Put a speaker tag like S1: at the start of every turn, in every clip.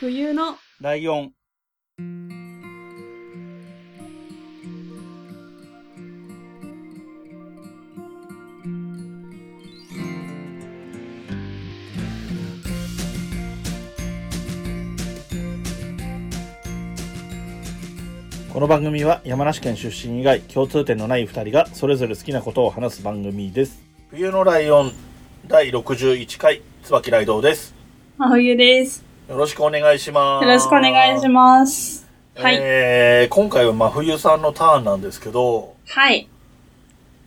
S1: 冬の
S2: ライオン。この番組は山梨県出身以外共通点のない2人がそれぞれ好きなことを話す番組です冬のライオン第61回椿ライドウです
S1: 真冬です。
S2: よろしくお願いしま
S1: よ
S2: す
S1: ろしくお願いします。はい。
S2: えー、今回は真冬さんのターンなんですけど、
S1: はい。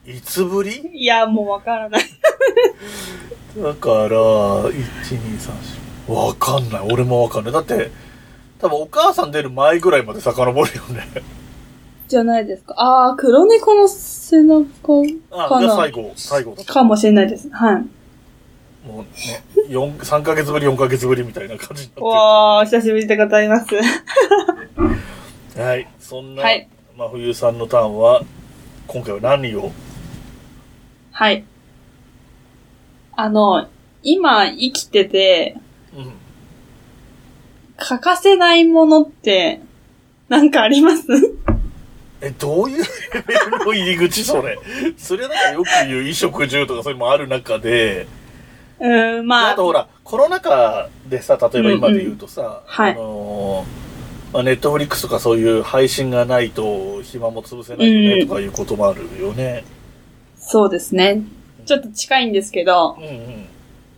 S2: いつぶり
S1: いや、もうわからない。
S2: だから、1、2、3、4。わかんない。俺もわかんない。だって、多分お母さん出る前ぐらいまで遡るよね。
S1: じゃないですか。あー、黒猫の背中
S2: あ、
S1: か
S2: が
S1: な。
S2: 最後、最後だった。
S1: かもしれないです。はい。
S2: もうね、4 3ヶ月ぶり、4ヶ月ぶりみたいな感じになっ
S1: おー、久しぶりでございます。
S2: てる。はい。そんな、
S1: はい
S2: 真冬さんのターンは、今回は何を
S1: はい。あの、今生きてて、
S2: うん。
S1: 欠かせないものって、なんかあります
S2: え、どういう レベルの入り口それ。それはなんかよく言う衣食住とかそういうのもある中で、
S1: うーん、ま
S2: あ
S1: あ
S2: と、ほら、コロナ禍でさ、例えば今で言うとさ、
S1: うんうん
S2: あのーまあ、ネットフリックスとかそういう配信がないと暇も潰せないよね
S1: うん
S2: とかいうこともあるよね。
S1: そうですね。ちょっと近いんですけど
S2: う、んうん。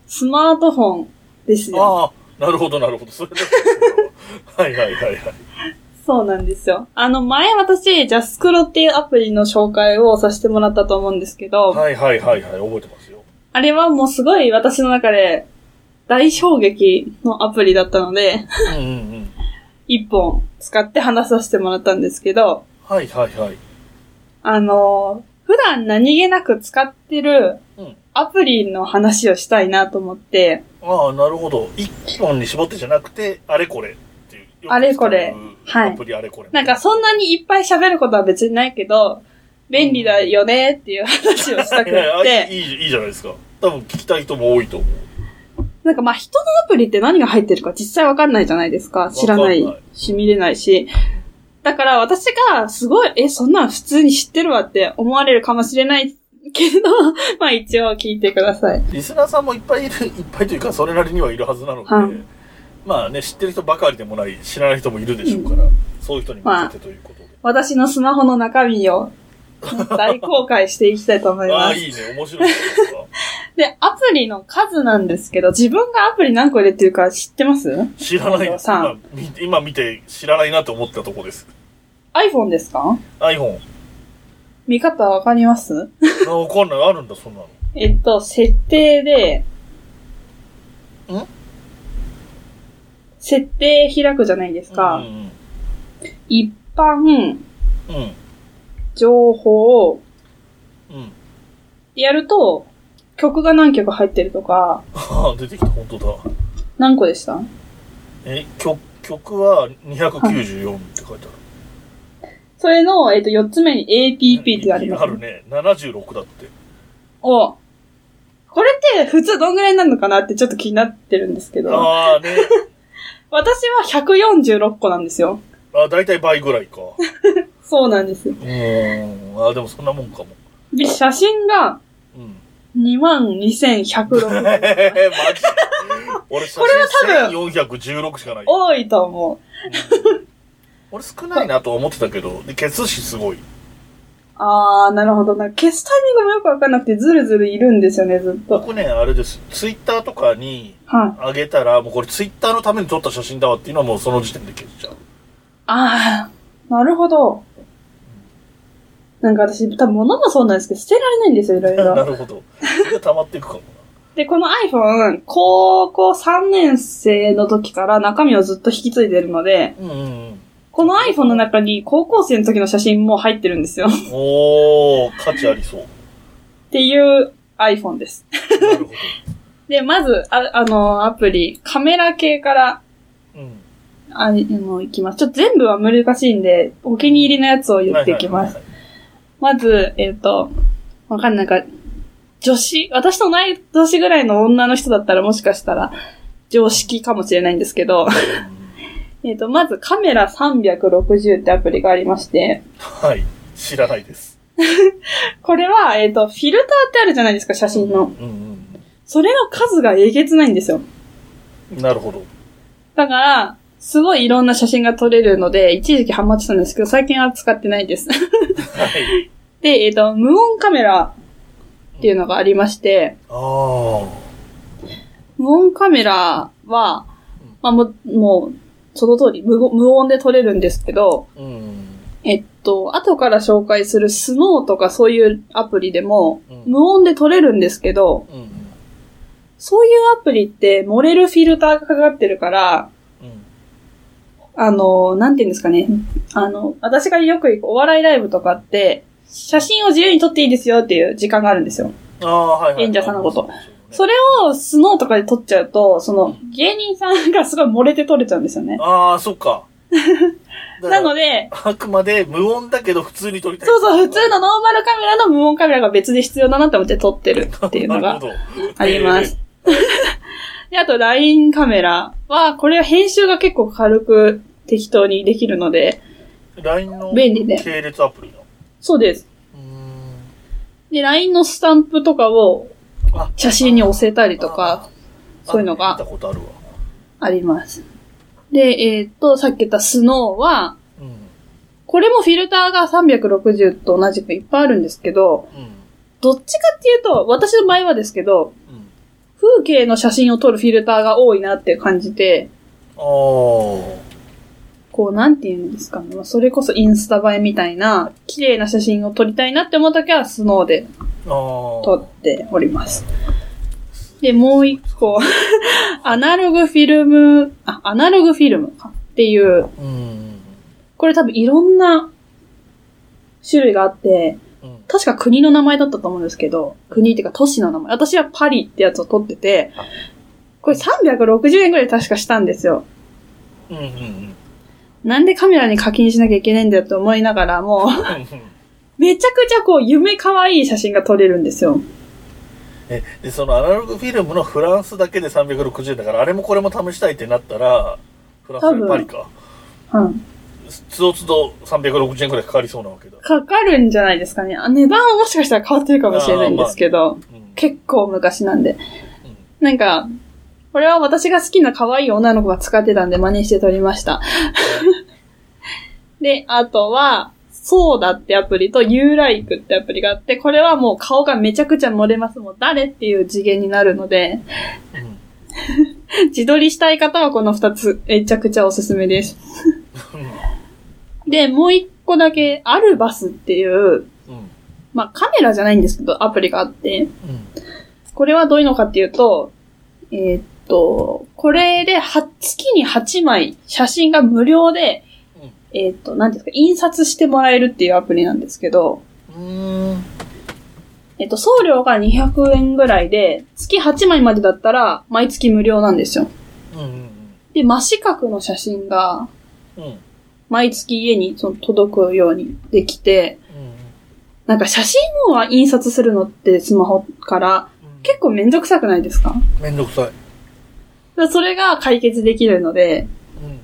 S1: スマートフォンですよ。
S2: ああ、なるほどなるほど。それだ けはいはいはいはい。
S1: そうなんですよ。あの、前私、ジャスクロっていうアプリの紹介をさせてもらったと思うんですけど、
S2: はいはいはいはい、覚えてますよ。
S1: あれはもうすごい私の中で大衝撃のアプリだったので、
S2: うんうんうん。
S1: 一本使って話させてもらったんですけど、
S2: はいはいはい。
S1: あの、普段何気なく使ってる
S2: うん。
S1: アプリの話をしたいなと思って、
S2: ああ、なるほど。一本に絞ってじゃなくて、あれこれっていう。よく使う
S1: あれこれはい
S2: アプリあれこれ。
S1: なんかそんなにいっぱい喋ることは別にないけど、便利だよねっていう話をしたくっ
S2: いやいや
S1: て、
S2: いい、いいじゃないですか。多分聞きたい人も多いと思う。
S1: なんかまあ人のアプリって何が入ってるか実際わかんないじゃないですか。知らない
S2: わかんない
S1: し、見れないし。だから私がすごい、え、そんなん普通に知ってるわって思われるかもしれないけど、 まあ一応聞いてください。
S2: リスナーさんもいっぱいいる、い っぱいというか、それなりにはいるはずなので、
S1: はい
S2: まあね、知ってる人ばかりでもない、知らない人もいるでしょうから、そういう人に向けてということで。
S1: 私のスマホの中身を大公開していきたいと思い
S2: あ
S1: ま
S2: あ、
S1: す。
S2: いいね、面白いじゃないですか。
S1: で、アプリの数なんですけど、自分がアプリ何個入れてるか知ってます
S2: 知らないで す。
S1: さ
S2: 今
S1: あ
S2: み今見て知らないなと思ったとこです。
S1: ?iPhone ですか
S2: iPhone。
S1: 見方わかります
S2: あわかんない、あるんだ、そんなの。
S1: えっと、設定で、
S2: ん
S1: 設定開くじゃないですか。
S2: うん
S1: 一般、
S2: うん。うん。
S1: 情報っ
S2: うん。
S1: てやると、曲が何曲入ってるとか、
S2: ああ、出てきた、本当だ。
S1: 何個でした
S2: え、曲、曲は294って書いてある。
S1: それの、えっと、4つ目に APP ってあります。
S2: あるね。76だって。
S1: おこれって普通どんぐらいになるのかなってちょっと気になってるんですけど、
S2: ああね。
S1: 私は146個なんですよ。
S2: あだいたい倍ぐらいか。
S1: そうなんです。
S2: うーん。あでもそんなもんかも。
S1: で、写真が
S2: うん。え
S1: 22,106。
S2: へへマジ俺写
S1: これは多
S2: 真1416しかない。
S1: 多いと思う。
S2: うん俺少ないなとは思ってたけど、で、消すしすごい。
S1: あー、なるほどな。消すタイミングもよくわかんなくて、ずるずるいるんですよね、ずっと。
S2: 僕ね、あれです。ツイッターとかに
S1: はい。
S2: あげたら、もうこれツイッターのために撮った写真だわっていうのはもうその時点で消しちゃう。
S1: あー、なるほど。なんか私、多分物もそうなんですけど、捨てられないんですよ、いろい
S2: な
S1: ろ。
S2: るほど。それが溜まっていくかも
S1: で、この iPhone、高校3年生の時から中身をずっと引き継いでるので、
S2: な。うんうんうん。
S1: この iPhone の中に高校生の時の写真も入ってるんですよ。 っ
S2: おー、価値ありそう。
S1: ていう iPhone です。
S2: なるほど。
S1: で、まず、あ、あの、アプリ、カメラ系から
S2: うん。
S1: ああの、いきます。ちょっと全部は難しいんで、お気に入りのやつを言っていきます。
S2: はいはい
S1: まず、えっ、と、わかんないなんか、女子、私と同い年ぐらいの女の人だったらもしかしたら、常識かもしれないんですけど、
S2: はいはい。うん
S1: えっ、と、まずカメラ360ってアプリがありまして、
S2: はい。知らないです。
S1: これは、えっ、と、フィルターってあるじゃないですか、写真の。
S2: うん
S1: それの数がえげつないんですよ。
S2: うん。なるほど。
S1: だから、すごいいろんな写真が撮れるので、一時期ハマってたんですけど、最近は使ってないです。
S2: はい。
S1: で、えっ、と、無音カメラっていうのがありまして、
S2: ああ。
S1: 無音カメラは、まあ、もう、もう、その通り無ご無音で撮れるんですけど、
S2: うん。
S1: えっと、後から紹介するスノーとかそういうアプリでも、
S2: うん
S1: 無音で撮れるんですけど、
S2: うん。
S1: そういうアプリって漏れるフィルターがかかってるから、
S2: うん。
S1: あの、なんて言うんですかね。あの、私がよく行くお笑いライブとかって、写真を自由に撮っていいですよっていう時間があるんですよ。
S2: ああ、はいはい。
S1: 演者さんのこと
S2: そうね。
S1: それをスノーとかで撮っちゃうと、その芸人さんがすごい漏れて撮れちゃうんですよね。
S2: ああ、そっ か。
S1: なの
S2: で。
S1: で、
S2: あくまで無音だけど普通に撮りたい。
S1: そうそう、普通のノーマルカメラの無音カメラが別で必要だなって思って撮ってるっていうの
S2: なる
S1: が
S2: ほど
S1: あります。で、あと LINE カメラは、これは編集が結構軽く適当にできるので、
S2: えー LINE の
S1: 便利で
S2: 系列アプリの。
S1: そうです。
S2: うーん
S1: で、LINE のスタンプとかを
S2: あ
S1: 写真に押せたりと
S2: あ
S1: かそういうのが
S2: 見たことあるわ。
S1: あります。で、えっ、と、さっき言ったスノーは、
S2: うん。
S1: これもフィルターが360と同じくいっぱいあるんですけど、
S2: うん。
S1: どっちかっていうと、私の場合はですけど、
S2: うん。
S1: 風景の写真を撮るフィルターが多いなって感じて、
S2: あー
S1: こう、なんて言うんですかね。まあ、それこそインスタ映えみたいな、綺麗な写真を撮りたいなって思うときは、スノーで
S2: あー。
S1: 撮っております。で、もう一個、 アナログフィルム、あ、アナログフィルムかっていう、
S2: うん。
S1: これ多分いろんな種類があって、
S2: うん。
S1: 確か国の名前だったと思うんですけど、国っていうか都市の名前。私はパリってやつを撮ってて、これ360円くらい確かしたんですよ。
S2: うん。うん。うん。
S1: なんでカメラに課金しなきゃいけないんだよって思いながらも、めちゃくちゃこう、夢可愛い写真が撮れるんですよ。
S2: え、で、そのアナログフィルムのフランスだけで360円だから、あれもこれも試したいってなったら、フランス
S1: 多
S2: で
S1: 分
S2: パリか。
S1: うん。
S2: つどつど360円くらいかかりそうなわけだ。
S1: かかるんじゃないですかね。あ値段はもしかしたら変わってるかもしれないんですけど、
S2: うん。
S1: 結構昔なんで。
S2: うん
S1: なんか、これは私が好きな可愛い女の子が使ってたんで真似して撮りました。で、あとは、そうだってアプリと You Like ってアプリがあって、これはもう顔がめちゃくちゃ漏れます。もう誰っていう次元になるので、自撮りしたい方はこの2つ、めちゃくちゃおすすめです。で、もう1個だけ、アルバスっていう、
S2: うん。うん。
S1: まあカメラじゃないんですけど、アプリがあって、
S2: うん。
S1: これはどういうのかっていうと、えーっと、これでは月に8枚写真が無料で、
S2: うん
S1: えーっと、なんていうんですか、印刷してもらえるっていうアプリなんですけど、
S2: うーん。
S1: えーっと、送料が200円ぐらいで、月8枚までだったら、毎月無料なんですよ。
S2: うん。
S1: で、真四角の写真が、
S2: うん。うん。
S1: 毎月家にその届くようにできて、なんか写真を印刷するのってスマホから
S2: うん。
S1: 結構めんどくさくないですか
S2: めんどくさい。
S1: だからそれが解決できるので、
S2: うん。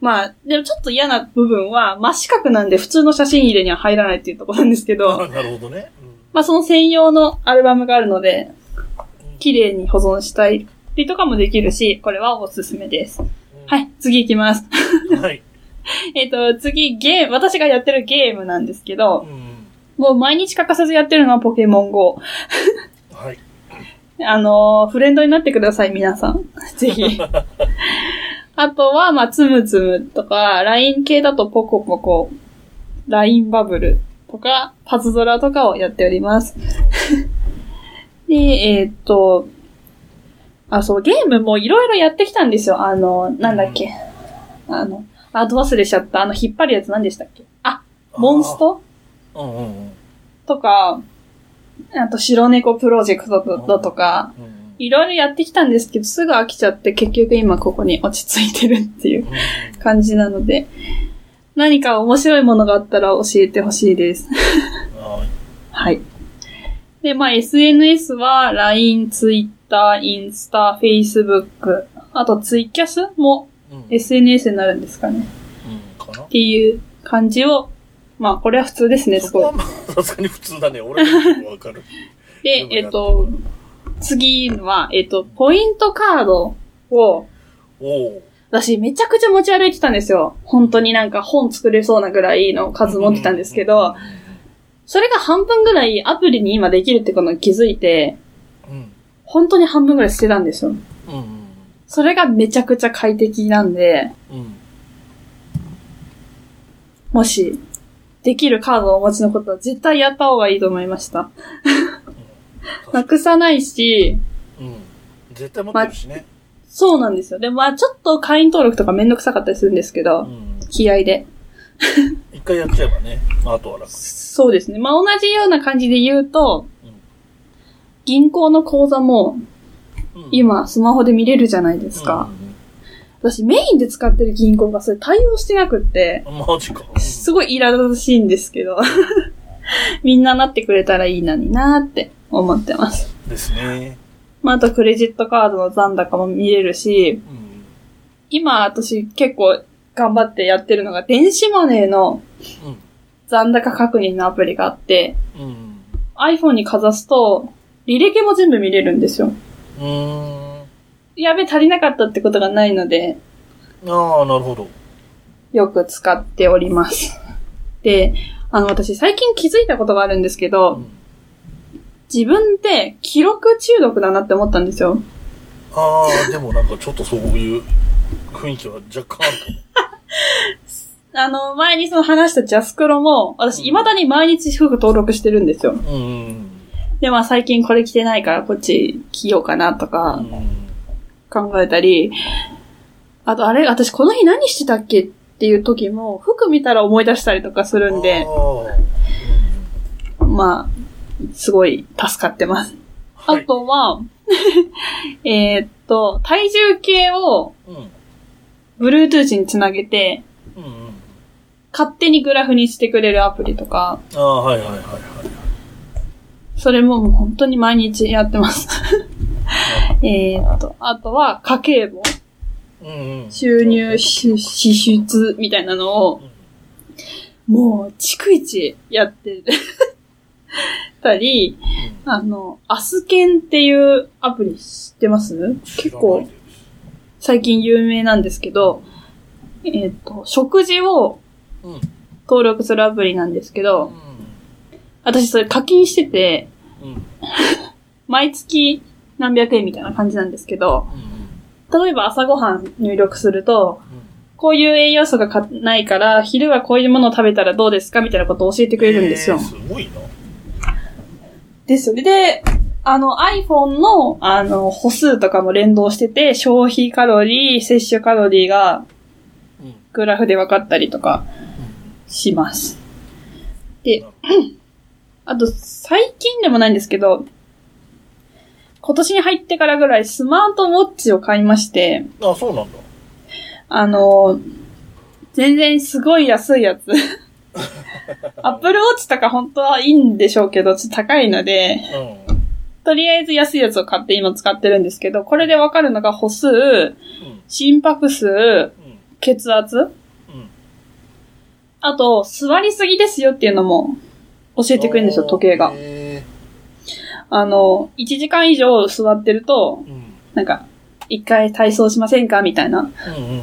S1: まあ、でもちょっと嫌な部分は、真四角なんで普通の写真入れには入らないっていうところなんですけ
S2: あ
S1: ど、
S2: なるほどね。うん
S1: まあその専用のアルバムがあるので、
S2: うん
S1: 綺麗に保存したいっていうとかもできるし、これはおすすめです。
S2: うん
S1: はい、次行きます。
S2: はい。
S1: えっと、次、ゲーム、私がやってるゲームなんですけ
S2: う
S1: ど、
S2: ん。
S1: もう毎日欠かさずやってるのはポケモン GO。
S2: はい。
S1: あのーフレンドになってください、皆さん。 ぜひ。あとは、まあ、つむつむとか、LINE 系だとポコポコ、LINE バブルとか、パズドラとかをやっております。 で、えーっと、あ、そう、ゲームもいろいろやってきたんですよ。あの、なんだっけ。あの、あ、ど忘れしちゃった。あの、引っ張るやつ何でしたっけあ、モンスト
S2: あーうんうんうん。
S1: とか、あと、白猫プロジェクトだとか、
S2: うんうん
S1: いろいろやってきたんですけど、すぐ飽きちゃって、結局今ここに落ち着いてるっていう
S2: う
S1: 感じなので、何か面白いものがあったら教えてほしいです。
S2: んはい
S1: はい。で、まあ SNS は LINE、Twitter、インスタ、Facebook、あとツイキャスも
S2: うん。
S1: SNS になるんですかね。
S2: うん、かな
S1: っていう感じを、まあ、これは普通ですね、す
S2: そこ
S1: ごい
S2: は。まあ、さすがに普通だね。俺もわかる。
S1: で
S2: よ、くや
S1: え
S2: る
S1: っと、次は、えっと、ポイントカードを、
S2: おお。
S1: 私めちゃくちゃ持ち歩いてたんですよ。本当になんか本作れそうなぐらいの数持ってたんですけど、それが半分ぐらいアプリに今できるってことに気づいて、
S2: うん。
S1: 本当に半分ぐらい捨てたんですよ。
S2: うん。うん。
S1: それがめちゃくちゃ快適なんで、
S2: うん。
S1: もし、できるカードをお持ちのことは絶対やった方がいいと思いました。なくさないし、
S2: うん。絶対持ってるしね。
S1: そうなんですよ。で、まあちょっと会員登録とかめんどくさかったりするんですけ
S2: う
S1: ど、
S2: ん。
S1: 気合で。
S2: 一回やっちゃえばね。まあ、あとは楽。
S1: そうですね。まあ同じような感じで言うと
S2: うん、
S1: 銀行の口座も
S2: うん
S1: 今スマホで見れるじゃないですか。。私メインで使ってる銀行がそれ対応してなくって、
S2: うんマジか。
S1: すごいイライラしいんですけど、 みんななってくれたらいいのになーって思ってます。
S2: ですね。
S1: まあ、あとクレジットカードの残高も見れるし、
S2: うん。
S1: 今私結構頑張ってやってるのが電子マネーの残高確認のアプリがあって、
S2: うん。うん。
S1: iPhone にかざすと履歴も全部見れるんですよ。
S2: うーん。
S1: やべ、足りなかったってことがないので、
S2: ああ、なるほど。
S1: よく使っております。 で、あの、私最近気づいたことがあるんですけ
S2: う
S1: ど、
S2: ん
S1: 自分って記録中毒だなって思ったんですよ。
S2: ああ、でもなんかちょっとそういう雰囲気は若干あるかも。
S1: あの、前にその話したジャスクロも、私未だに毎日服登録してるんですよ。
S2: うん。
S1: で、まあ最近これ着てないからこっち着ようかなと
S2: う
S1: か
S2: ん。
S1: 考えたり、あとあれ、私この日何してたっけっていう時も、服見たら思い出したりとかするんで
S2: あ、ー
S1: まあ、すごい助かってます。
S2: うん
S1: あとは、 えーっと、体重計を
S2: うん。うん。
S1: Bluetooth につなげて、
S2: うんうん。
S1: 勝手にグラフにしてくれるアプリとか、
S2: ああ、はいはいはいはい。
S1: それももう本当に毎日やって ます。えーっと、あとは家計簿。
S2: うんうん。
S1: 収入、し支出みたいなのを、もう、逐一やって たり、あの、アスケンっていうアプリ知ってます結構、最近有名なんですけど、えっ、と、食事を
S2: うん。うん。
S1: 登録するアプリなんですけど、私それ課金してて、
S2: うん。うん。
S1: 毎月何百円みたいな感じなんですけど、例えば朝ごはん入力すると、こういう栄養素がかないから、昼はこういうものを食べたらどうですかみたいなことを教えてくれるんですよ
S2: えー。すごいな。
S1: ですよね。で、あの iPhone の、あの、歩数とかも連動してて、消費カロリー、摂取カロリーが
S2: うん。うん
S1: グラフで分かったりとかします。で、あと、最近でもないんですけど、今年に入ってからぐらいスマートウォッチを買いまして、
S2: あ、そうなんだ。
S1: あの、全然すごい安いやつ。アップルウォッチとか本当はいいんでしょうけど、ちょっと高いので、
S2: うん。
S1: とりあえず安いやつを買って今使ってるんですけど、これでわかるのが歩数、
S2: うん。
S1: 心拍数、
S2: うん。
S1: 血圧、
S2: うん。
S1: あと、座りすぎですよっていうのも教えてくれるんですよ、時計が。
S2: へ
S1: あの、1時間以上座ってると
S2: ー、うん。
S1: なんか、一回体操しませんかみたいな。
S2: うんうんうん。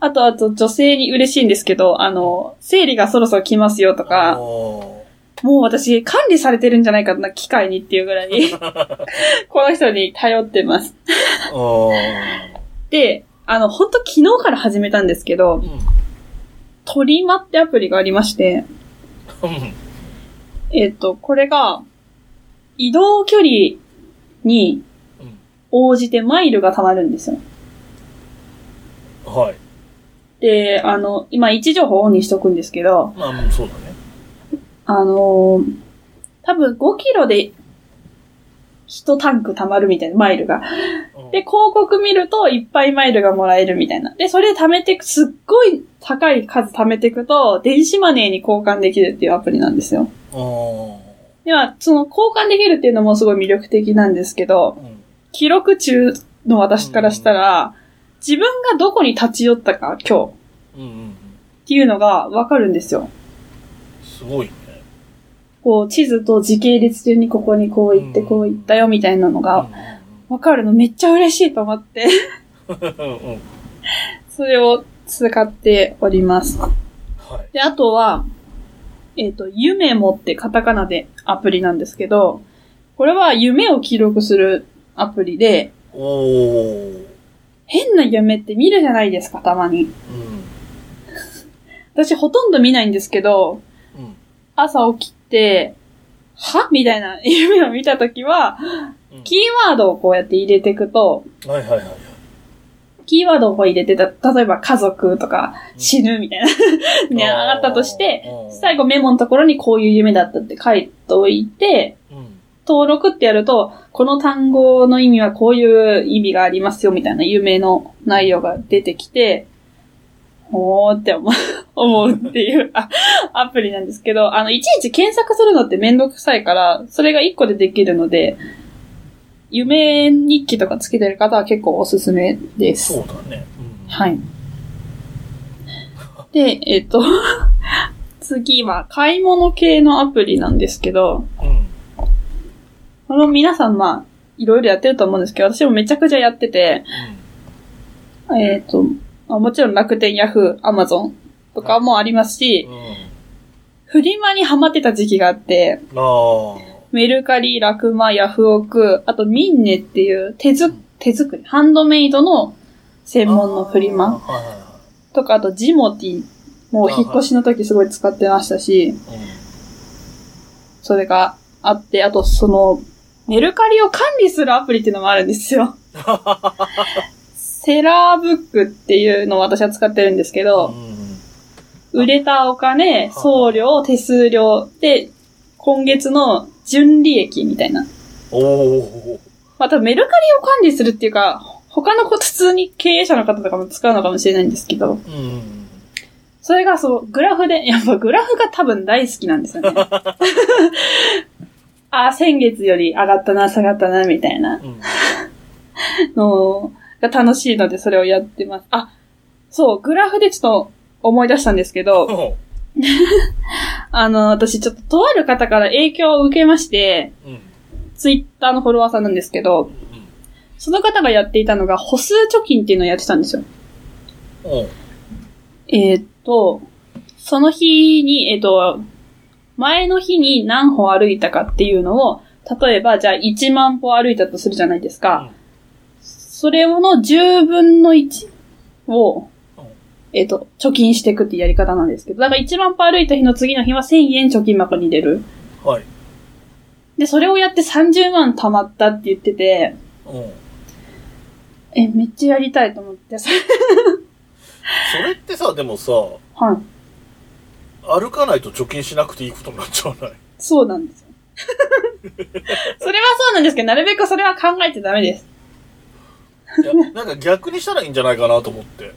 S1: あと、あと、女性に嬉しいんですけど、あの、生理がそろそろ来ますよとか、
S2: お
S1: もう私管理されてるんじゃないかな、機械にっていう ぐらい、この人に頼ってます。
S2: ーおー
S1: で、あの、ほんと昨日から始めたんですけ
S2: う
S1: ど、
S2: ん。うん
S1: トリマってアプリがありまして、えっ、と、これが、移動距離に
S2: うん。
S1: 応じてマイルが貯まるんですよ。
S2: はい。
S1: で、あの、今位置情報をオンにしとくんですけど、
S2: まあ、うんそうだね。
S1: あのー多分5キロで1タンク貯まるみたいな、マイルが。
S2: うん
S1: で、、広告見るといっぱいマイルがもらえるみたいな。で、それ貯めてく、すっごい高い数貯めていくと、電子マネーに交換できるっていうアプリなんですよ。
S2: お
S1: では、その交換できるっていうのもすごい魅力的なんですけど
S2: ー、うん。
S1: 記録中の私からしたら、自分がどこに立ち寄ったか、今日。っ
S2: うんうんうん。
S1: ていうのがわかるんですよ。
S2: すごいね。
S1: こう、地図と時系列順にここにこう行って、
S2: うん
S1: こう行ったよ、みたいなのが、わかるのめっちゃ嬉しいと思って、
S2: うんうんうん。うん
S1: それを使っております。
S2: はい。
S1: で、あとは、えっ、と、夢もってカタカナでアプリなんですけど、これは夢を記録するアプリで、
S2: おー。
S1: 変な夢って見るじゃないですか、たまに。私ほとんど見ないんですけど、
S2: うん。うん。
S1: 朝起きて、はみたいな夢を見たときは、
S2: うん
S1: キーワードをこうやって入れていくと、
S2: はいはいはいはい。
S1: キーワードをこう入れてた、例えば家族とか
S2: うん
S1: 死ぬみたい な、ね、上
S2: あー
S1: がったとして、、最
S2: 後。
S1: 後メモのところにこういう夢だったって書いておいて、
S2: うん。
S1: 登録ってやると、この単語の意味はこういう意味がありますよみたいな夢の内容が出てきて、おーって思う 思うっていうあアプリなんですけど、あの、いちいち検索するのってめんどくさいから、それが一個でできるので、夢日記とかつけてる方は結構おすすめです。
S2: そうだね。うん。
S1: はい。で、えっ、と、 次は買い物系のアプリなんですけど、
S2: うん。
S1: この皆さん、まあ、いろいろやってると思うんですけど、私もめちゃくちゃやってて、えっ、と、まあもちろん楽天、ヤフー、アマゾンとかもありますし
S2: う、ん。うん。
S1: フリマにハマってた時期があって、
S2: ああ。
S1: メルカリ、ラクマ、ヤフオク、あとミンネっていう手づ、手作り、ハンドメイドの専門のフリマ
S2: あーはいはいは
S1: とか、あとジモティも引っ越しの時すごい使ってましたし、
S2: い。うん
S1: それがあって、あとその、メルカリを管理するアプリっていうのもあるんです よ。セラーブックっていうのを私は使ってるんですけど、
S2: うん
S1: 売れたお金、送料、手数料で、今月の純利益みたいな。
S2: おお。
S1: またメルカリを管理するっていうか、他のこと普通に経営者の方とかも使うのかもしれないんですけど、
S2: うん。
S1: それがそう、グラフで、 やっぱグラフが多分大好きなんですよね。あ、先月より上がったな、下がったな、みたいな
S2: うん。
S1: のが楽しいので、それをやってます。あ、そう、グラフでちょっと思い出したんですけど、あの、私ちょっととある方から影響を受けまして、
S2: うん。
S1: ツイッターのフォロワーさんなんですけど、その方がやっていたのが歩数貯金っていうのをやってたんですよ。
S2: うん。
S1: えーっと、その日に、えーっと、前の日に何歩歩いたかっていうのを、例えば、じゃあ1万歩歩いたとするじゃないですか。
S2: うん
S1: それの10分の1を
S2: うん、
S1: えーっと、貯金していくっていうやり方なんですけど、だから1万歩歩いた日の次の日は1000円貯金箱に入れる。
S2: はい。
S1: で、それをやって30万貯まったって言ってて、
S2: うん。
S1: え、めっちゃやりたいと思って、それ
S2: それってさ、でもさ、
S1: はい。
S2: 歩かないと貯金しなくていいことになっちゃわない
S1: そうなんですよ。 それはそうなんですけど、なるべくそれは考えてダメです。
S2: いや、なんか逆にしたらいいんじゃないかなと思って。
S1: ど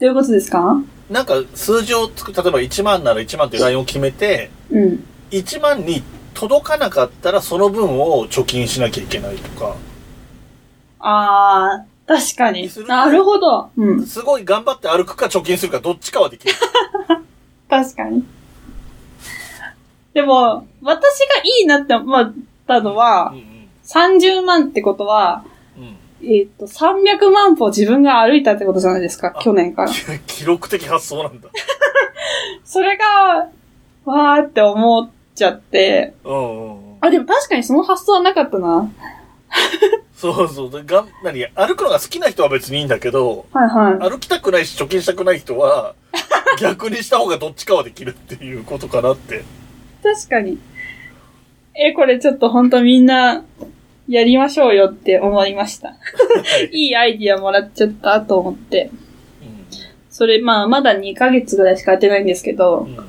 S1: ういうことですか
S2: なんか数字をつく、例えば1万なら1万っていうラインを決めて、
S1: うん。
S2: 1万に届かなかったらその分を貯金しなきゃいけないとか、
S1: あー、確かに
S2: する。と
S1: なるほど。うん。
S2: すごい頑張って歩くか貯金するかどっちかはできる。
S1: 確かに。でも、私がいいなって思ったの
S2: う
S1: は、
S2: ん
S1: 30万ってことは、
S2: うん。うん。
S1: えっ、と、300万歩自分が歩いたってことじゃないですか、
S2: あ
S1: 去年から。
S2: 記録的発想なんだ。
S1: それが、わーって思っちゃって、
S2: うんうんうん。
S1: あ、でも確かにその発想はなかったな。
S2: そうそう。でがん何歩くのが好きな人は別にいいんだけど、
S1: はいはい。
S2: 歩きたくないし貯金したくない人は、逆にした方がどっちかはできるっていうことかなって。
S1: 確かに。え、これちょっとほんとみんな、やりましょうよって思いました。 いいアイディアもらっちゃったと思って。それ、まあ、まだ2ヶ月ぐらいしかやってないんですけ
S2: う
S1: ど、
S2: ん。うん。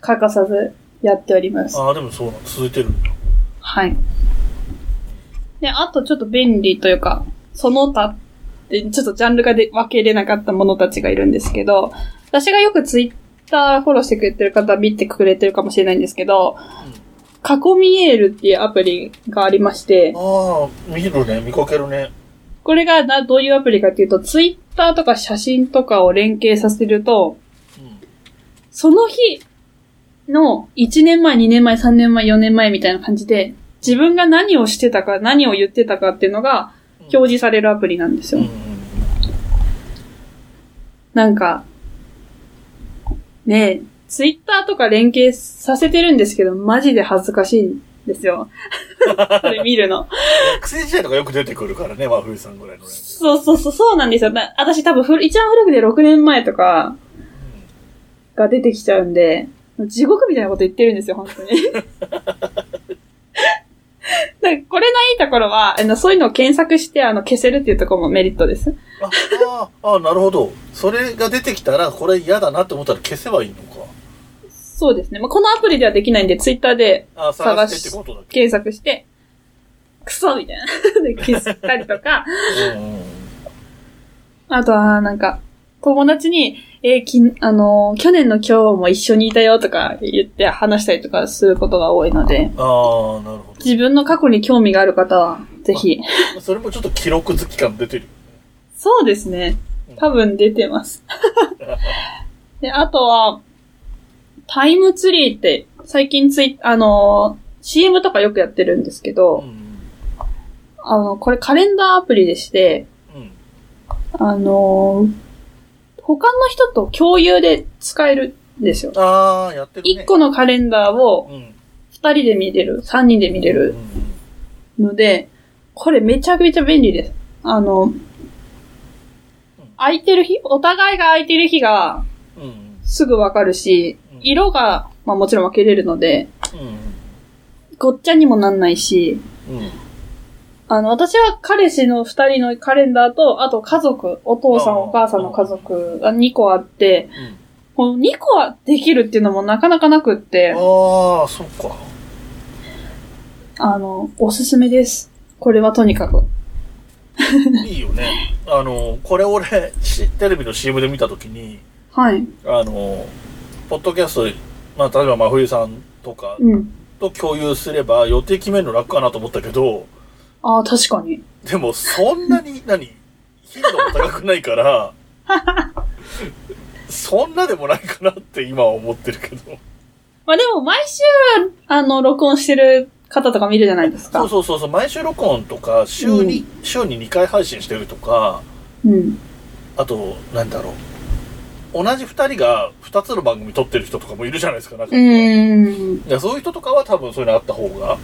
S1: 欠かさずやっております。
S2: ああ、でもそうなの。続いてる。
S1: はい。で、あとちょっと便利というか、その他って、ちょっとジャンルがで分けれなかったものたちがいるんですけど、私がよくツイッターフォローしてくれてる方は見てくれてるかもしれないんですけど、囲みエールっていうアプリがありまして、
S2: ああ、見るね。見かけるね。
S1: これがな、どういうアプリかっていうと、ツイッターとか写真とかを連携させると、その日の1年前、2年前、3年前、4年前みたいな感じで、自分が何をしてたか、何を言ってたかっていうのが表示されるアプリなんです
S2: う
S1: よ。
S2: んうん
S1: なんか、ねえ、ツイッターとか連携させてるんですけど、マジで恥ずかしいんですよ。 それ見るの。
S2: 学生時代とかよく出てくるからね、和風さんぐらいのね。
S1: そうそうそう、そうなんですよ。な私多分古、一番古くで6年前とかが出てきちゃうんで、地獄みたいなこと言ってるんですよ、本当に。 だからこれのいいところは、あのそういうのを検索してあの消せるっていうところもメリットです。
S2: ああーあー、なるほど。それが出てきたら、これ嫌だなって思ったら消せばいいのか。
S1: そうですね。まあ、このアプリではできないんで、ツイッターで
S2: あー探してってことだけ。
S1: 検索して、クソみたいな。 で消したりとか、
S2: うんうんうん
S1: あとは、なんか、友達に、えーきん、あのー去年の今日も一緒にいたよとか言って話したりとかすることが多いので、
S2: ああ、なるほ
S1: 自分の過去に興味がある方は、ぜひ。
S2: ど。それもちょっと記録好き感出てる。
S1: そうですね。多分出てます。 で、あとは、タイムツリーって、最近ツイ、あのー CM とかよくやってるんですけ
S2: う
S1: ど、
S2: ん
S1: あの、これカレンダーアプリでして、
S2: うん。
S1: あのー他の人と共有で使えるんですよ。
S2: ああ、やってるね。
S1: 一個のカレンダーを
S2: うん。
S1: 二人で見れる、三人で見れ
S2: う
S1: る
S2: ん
S1: ので、これめちゃめちゃ便利です。あの、空いてる日、お互いが空いてる日が
S2: うん。うん
S1: すぐわかるし
S2: うん、
S1: 色が、まあもちろん分けれるので、
S2: う
S1: ごっちゃにもなんないし、
S2: ん。うん。
S1: あの、私は彼氏の二人のカレンダーと、あと家族、お父さ
S2: あ
S1: ん
S2: ー
S1: お母さんの家族が2個あって、
S2: うん
S1: この2個はできるっていうのもなかなかなくって、
S2: ああ、そっか。
S1: あの、おすすめです。これはとにかく。
S2: いいよね。あの、これ俺、しテレビの CM で見たときに、
S1: はい。
S2: あの、ポッドキャスト、まあ、例えば真冬さんとか
S1: うん。
S2: と共有すれば、予定決めるの楽かなと思ったけど、
S1: ああ、確かに。
S2: でも、そんな に、何頻度も高くないから、そんなでもないかなって今は思ってるけど。
S1: まあでも、毎週、あの、録音してる方とか見るじゃないですか。
S2: そうそうそうそう、毎週録音とか、週に、週に2回配信してるとか、
S1: うん。
S2: あと、なんだろう。同じ二人が二つの番組撮ってる人とかもいるじゃないですか、なんか。
S1: うーん。
S2: いやそういう人とかは多分そういうのあった方が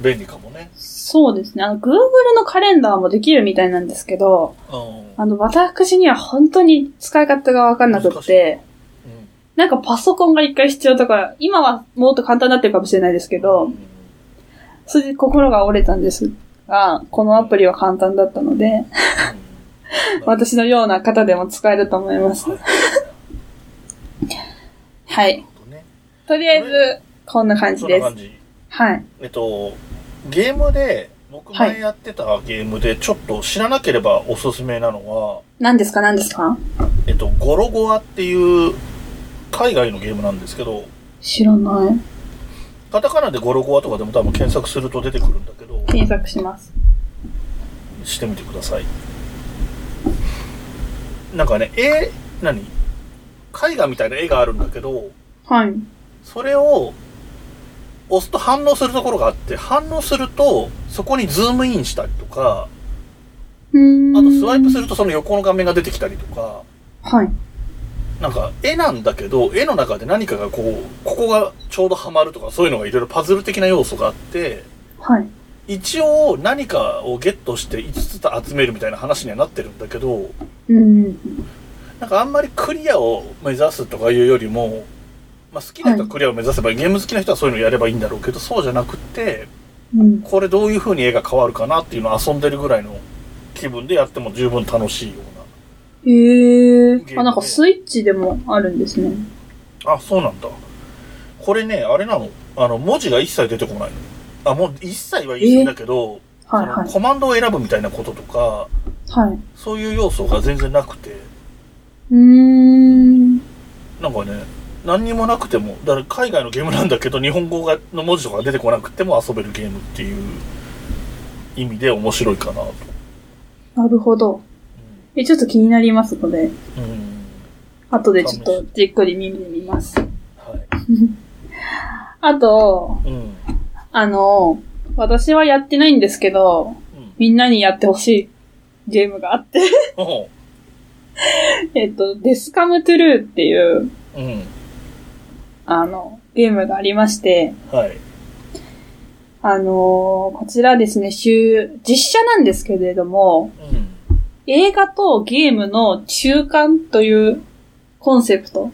S2: 便利かもね。
S1: そうですね。あの、Google のカレンダーもできるみたいなんですけど、
S2: う
S1: あの、私には本当に使い方がわかんなく
S2: 難
S1: っ
S2: しい
S1: て、なんかパソコンが一回必要とか、今はもっと簡単になってるかもしれないですけ
S2: ん。
S1: ど
S2: う、ん
S1: それで心が折れたんですが、このアプリは簡単だったので、私のような方でも使えると思います。
S2: はい
S1: はい。
S2: ね
S1: とりあえず、こんな感じ
S2: そんな
S1: で
S2: 感
S1: す。
S2: じ。
S1: はい。
S2: えっと、ゲームで、僕
S1: はい
S2: 前やってたゲームで、ちょっと知らなければおすすめなのは、
S1: 何ですか何ですか
S2: えっと、ゴロゴアっていう海外のゲームなんですけど、
S1: 知らない。
S2: カタカナでゴロゴアとかでも多分検索すると出てくるんだけど、
S1: 検索します。
S2: してみてくださいなんかね絵何絵画みたいな絵があるんだけど
S1: はい。
S2: それを押すと反応するところがあって反応するとそこにズームインしたりとか
S1: うーん
S2: あとスワイプするとその横の画面が出てきたりとか
S1: はい。
S2: なんか絵なんだけど絵の中で何かがこうここがちょうどハマるとかそういうのがいろいろパズル的な要素があって
S1: はい。
S2: 一応何かをゲットして5つと集めるみたいな話にはなってるんだけど
S1: うん。
S2: なんかあんまりクリアを目指すとかいうよりも、まあ、好きな人はクリアを目指せば、ゲーム好きな人はそういうのやればいいんだろうけど、そうじゃなくて、
S1: うん。
S2: これどういう風に絵が変わるかなっていうのを遊んでるぐらいの気分でやっても十分楽しいよう
S1: へ
S2: ゲーム
S1: え。あ、なんかスイッチでもあるんですね。
S2: な。あ、そうなんだ。これね、あれなの。あの、文字が一切出てこないの。あ、もう一切は言い過ぎだけど、
S1: はい
S2: その
S1: はい。
S2: コマンドを選ぶみたいなこととか、
S1: はい。
S2: そういう要素が全然なくて、
S1: うーん。
S2: なんかね、何にもなくても、だから海外のゲームなんだけど、日本語がの文字とか出てこなくても遊べるゲームっていう意味で面白いかなと。
S1: なるほど。え、ちょっと気になりますので、
S2: うんうん
S1: 後でちょっとじっくり見てみます。
S2: はい
S1: あと、
S2: うんうん
S1: あの、私はやってないんですけど、みんなにやってほしいゲームがあって、
S2: おう
S1: えっと、デスカムトゥルーっていう、
S2: うん
S1: あの、ゲームがありまして、
S2: はい
S1: あのーこちらですね、週、実写なんですけれども、
S2: うん
S1: 映画とゲームの中間というコンセプト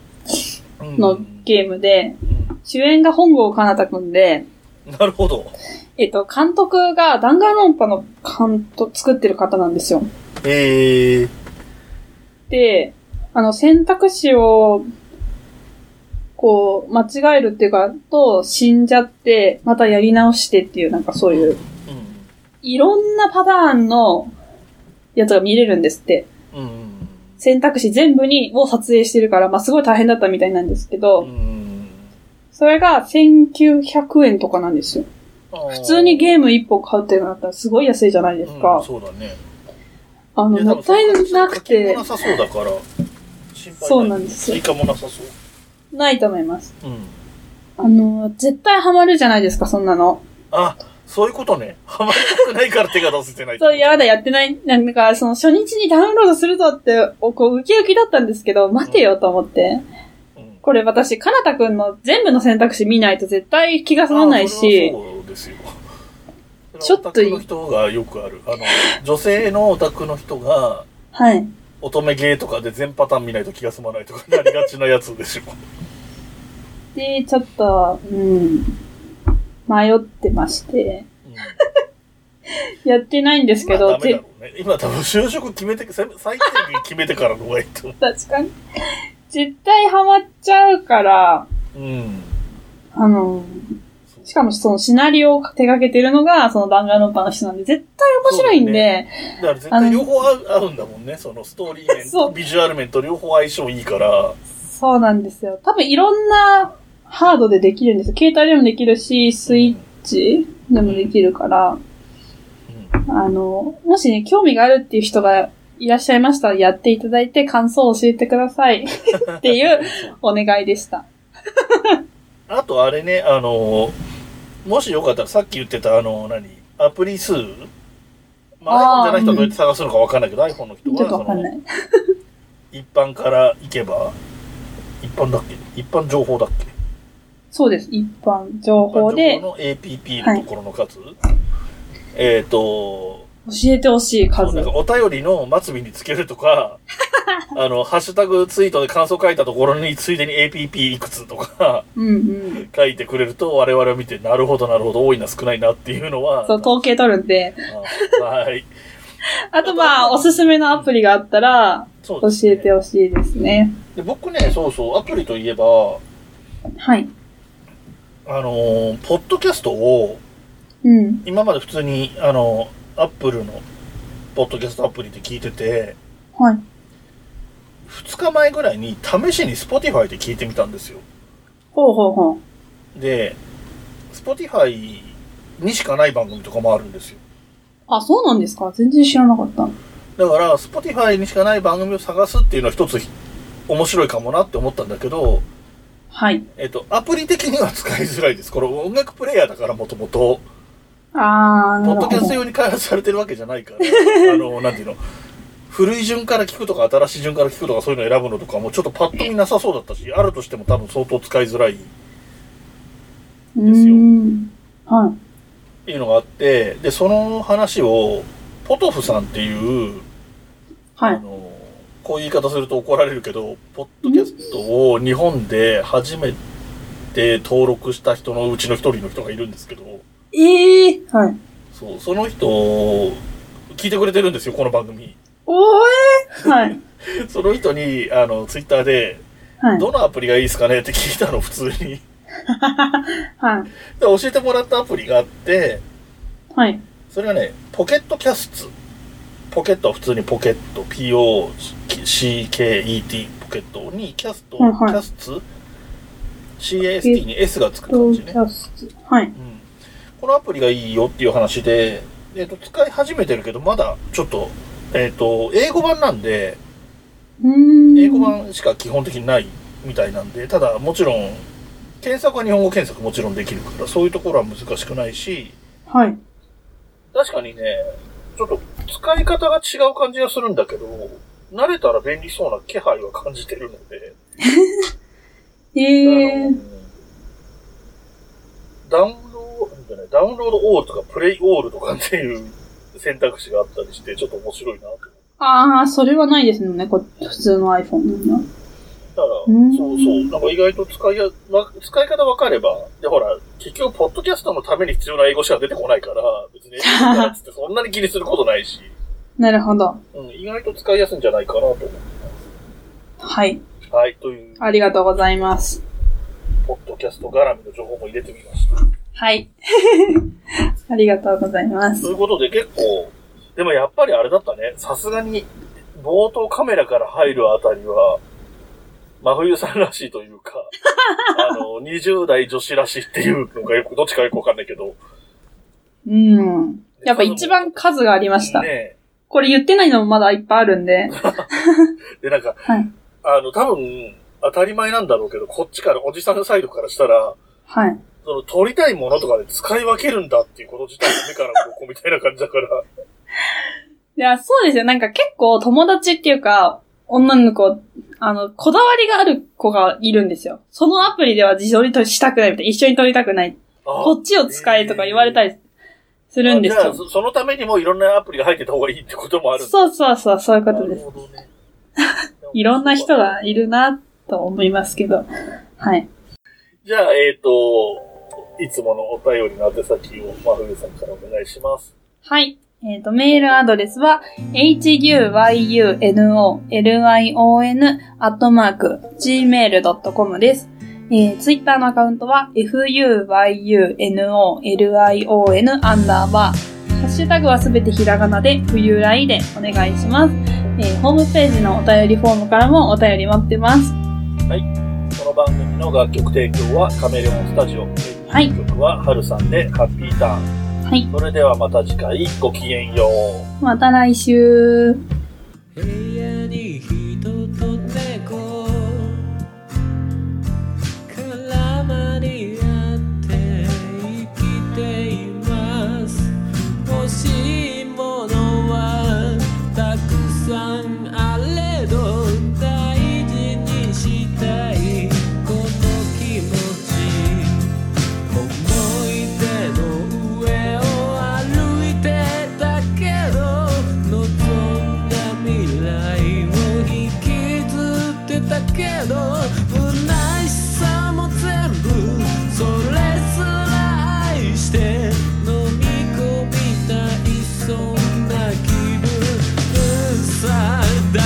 S2: うん
S1: のゲームで、
S2: う
S1: 主演が本郷奏太くんで、
S2: んなるほど
S1: えっと、監督が弾丸論破の監督、作ってる方なんですよ。
S2: えー
S1: で、あの、選択肢を、こう、間違えるっていうか、と、死んじゃって、またやり直してっていう、なんかそういう、いろんなパターンのやつが見れるんですって。
S2: うんうん
S1: 選択肢全部に、を撮影してるから、まあ、すごい大変だったみたいなんですけ
S2: う
S1: ど、
S2: ん
S1: それが1900円とかなんですよ。普
S2: 普
S1: 通にゲーム1本買うってなったら、すごい安いじゃないです
S2: うん
S1: か。
S2: そうだね
S1: あの、
S2: や
S1: もったいなく
S2: 課金
S1: て
S2: もな、さそうだから心配い
S1: そうなんですよ
S2: 追加もなさそう
S1: ないと思います。
S2: うん
S1: あの、絶対ハマるじゃないですか、そんなの。
S2: あそういうことねハマりたくないから手が出せてない
S1: そう、いやまだやってない。なんか、その初日にダウンロードするぞって、おこう、ウキウキだったんですけど、待てよと思って。
S2: うん
S1: これ私、かなたくんの全部の選択肢見ないと絶対気が済まない
S2: あ
S1: し、
S2: そうですよ
S1: ちょっとい
S2: オタクの人がよくあるあの女性のオタクの人が
S1: はい。
S2: 乙女ゲーとかで全パターン見ないと気が済まないとかなりがちなやつ でしょ
S1: で、ちょっと、うん、迷ってまして、
S2: うん
S1: やってないんですけ
S2: 今
S1: ど、
S2: ダメだ
S1: ぜ
S2: ろうね今多分就職決めてせ最低限決めてからの方がいいと思
S1: 確かに。絶対ハマっちゃうから、
S2: ううん
S1: あの、しかもそのシナリオを手掛けてるのが、その弾丸論破の人なんで、絶対面白いんで、
S2: そうだだから絶対両方合う合うんだもんねそのストーリー面
S1: そ
S2: と
S1: う
S2: ビジュアル面と両方相性いいから
S1: そうなんですよ。多分いろんなハードでできるんですよ。携帯でもできるし、スイッチでもできるから、
S2: うん
S1: あの、もしね、興味があるっていう人がいらっしゃいましたらやっていただいて感想を教えてくださ いっていうお願いでした。
S2: あとあれねあのもしよかったらさっき言ってたあの何アプリ数まあ、iPhone
S1: あー
S2: じゃない人はどうやって探すのかわかんないけど、iPhone の人
S1: ちょ
S2: は
S1: っとわか
S2: そ
S1: ん
S2: の
S1: ない。
S2: 一般から行けば一般だっけ一般情報だっけ
S1: そうです。一般情報で
S2: の APP のところの数、えっ、と、
S1: 教えてほしい数
S2: なん。かお便りの末尾につける とか、あの、ハッシュタグツイートで感想書いたところについでに APP いくつとか
S1: うんうん。
S2: 書いてくれると我々を見て、なるほどなるほど多いな少ないなっていうのは、
S1: そう、統計取るんで。
S2: あはい。
S1: あとまあ、おすすめのアプリがあったら、
S2: そう
S1: 教
S2: ですね
S1: えてほしいですね。
S2: で僕ね、そうそう、アプリといえば、
S1: はい。
S2: あのーポッドキャストを、
S1: うん。
S2: 今まで普通に、あのー、アップルの、ポッドキャストアプリで聞いてて、
S1: はい。
S2: 2日前ぐらいに試しに Spotify で聞いてみたんですよ。
S1: ほうほうほう。
S2: で、Spotify にしかない番組とかもあるんですよ。
S1: あ、そうなんですか全然知らなかった。
S2: だから、Spotify にしかない番組を探すっていうのは一つ面白いかもなって思ったんだけど、
S1: はい。
S2: えっと、アプリ的には使いづらいです。これ音楽プレイヤーだからもともと、
S1: あー、
S2: ポ
S1: なる
S2: ッド
S1: ほ
S2: キャスト
S1: ど。
S2: 用に開発されてるわけじゃないから、あの、なんていうの、古い順から聞くとか新しい順から聞くとかそういうの選ぶのとかもちょっとパッと見なさそうだったし、あるとしても多分相当使いづらい。
S1: う
S2: ですよ
S1: ーん。は
S2: っていうのがあって、で、その話を、ポトフさんっていう、
S1: い。は
S2: あ
S1: い。
S2: の、こういう言い方すると怒られるけど、ポッドキャストを日本で初めて登録した人のうちの一人の人がいるんですけど、
S1: ええー。はい。
S2: そう、その人、聞いてくれてるんですよ、この番組。
S1: おーえーはい。
S2: その人に、あの、ツイッターで、
S1: はい。
S2: どのアプリがいいですかねって聞いたの、普通に。で、
S1: はい。
S2: 教えてもらったアプリがあって、
S1: はい。
S2: それはね、ポケットキャスツ。ポケットは普通にポケット、P-O-C-K-E-T、ポケットに、キャスト、
S1: はいはい
S2: キャスツ、CAST に S がつく
S1: ど
S2: 感
S1: う
S2: じ
S1: キ
S2: ね。
S1: ャスト。はい。
S2: うんこのアプリがいいよっていう話で、えっと、使い始めてるけど、まだちょっとえっ、と、英語版なんで、
S1: うーん。
S2: 英語版しか基本的にないみたいなんで、ただもちろん、検索は日本語検索もちろんできるから、そういうところは難しくないし、
S1: はい。
S2: 確かにね、ちょっと使い方が違う感じがするんだけど、慣れたら便利そうな気配は感じてるので、
S1: え
S2: あの
S1: ー。
S2: ダウンロード、じゃない、ダウンロードオールとかプレイオールとかっていう選択肢があったりして、ちょっと面白いなと思って。
S1: あー、それはないですもんね。こ普通の iPhone には。
S2: だから、
S1: うん
S2: そうそう、なんか意外と使いや、わ使い方わかれば、で、ほら、結局、ポッドキャストのために必要な英語しか出てこないから、別に英語だからっつってそんなに気にすることないし、
S1: なるほど。
S2: うん、意外と使いやすいんじゃないかなと思
S1: はい。
S2: う。はい、という、
S1: ありがとうございます。
S2: ポッドキャスト絡みの情報も入れてみました。
S1: はい。 ありがとうございま
S2: とい
S1: す。
S2: うことで結構、でもやっぱりあれだったね。さすがに、冒頭カメラから入るあたりは、真冬さんらしいとい うか、あの、20代女子らしいっていうのがよく、どっちかよくわかんないけど。
S1: うん。やっぱ一番数がありました。
S2: ね
S1: これ言ってないのもまだいっぱいあるんで。
S2: えで、なんか、
S1: はい。
S2: あの、多分、当たり前なんだろうけど、こっちから、おじさんのサイドからしたら、
S1: はい。
S2: その、撮りたいものとかで使い分けるんだっていうこと自体が目から鱗みたいな感じだから。
S1: いや、そうですよ。なんか結構友達っていうか、女の子、あの、こだわりがある子がいるんですよ。そのアプリでは自撮りとしたくないみたいな。一緒に撮りたくない。
S2: あ
S1: こっちを使えとか言われたりするんです
S2: あじゃあ
S1: よ。
S2: そそのためにもいろんなアプリが入ってた方がいいってこともあるんだ
S1: そうそうそう、そういうことです。
S2: なるほどね
S1: いろんな人。がいるな、と思いますけど。はい。
S2: じゃあ、えっ、と、いつものお便りの宛先を、まふゆさんからお願いします。
S1: はい。えっ、と、メールアドレスは、hulion,lion,gmail.com です。えー、ツイッターのアカウントは、fuyunolion, アンダーバー。ハッシュタグはすべてひらがなで、冬来でお願いします。えー、ホームページのお便りフォームからもお便り待ってます。
S2: この番組の楽曲提供はカメレオンスタジオ。
S1: はい
S2: 曲ははるさんでハッピーターン。
S1: はい。
S2: それではまた次回、ごきげんよう。
S1: また来週。
S3: 部屋に人と猫絡まり合って生きています欲しいものはたくさんあれど大事にしたいこの気持ち思い出の上を歩いてたけど望んだ未来を引きずってたけど不なしさも全部それすら愛して飲み込みたいそんな気分うんさ大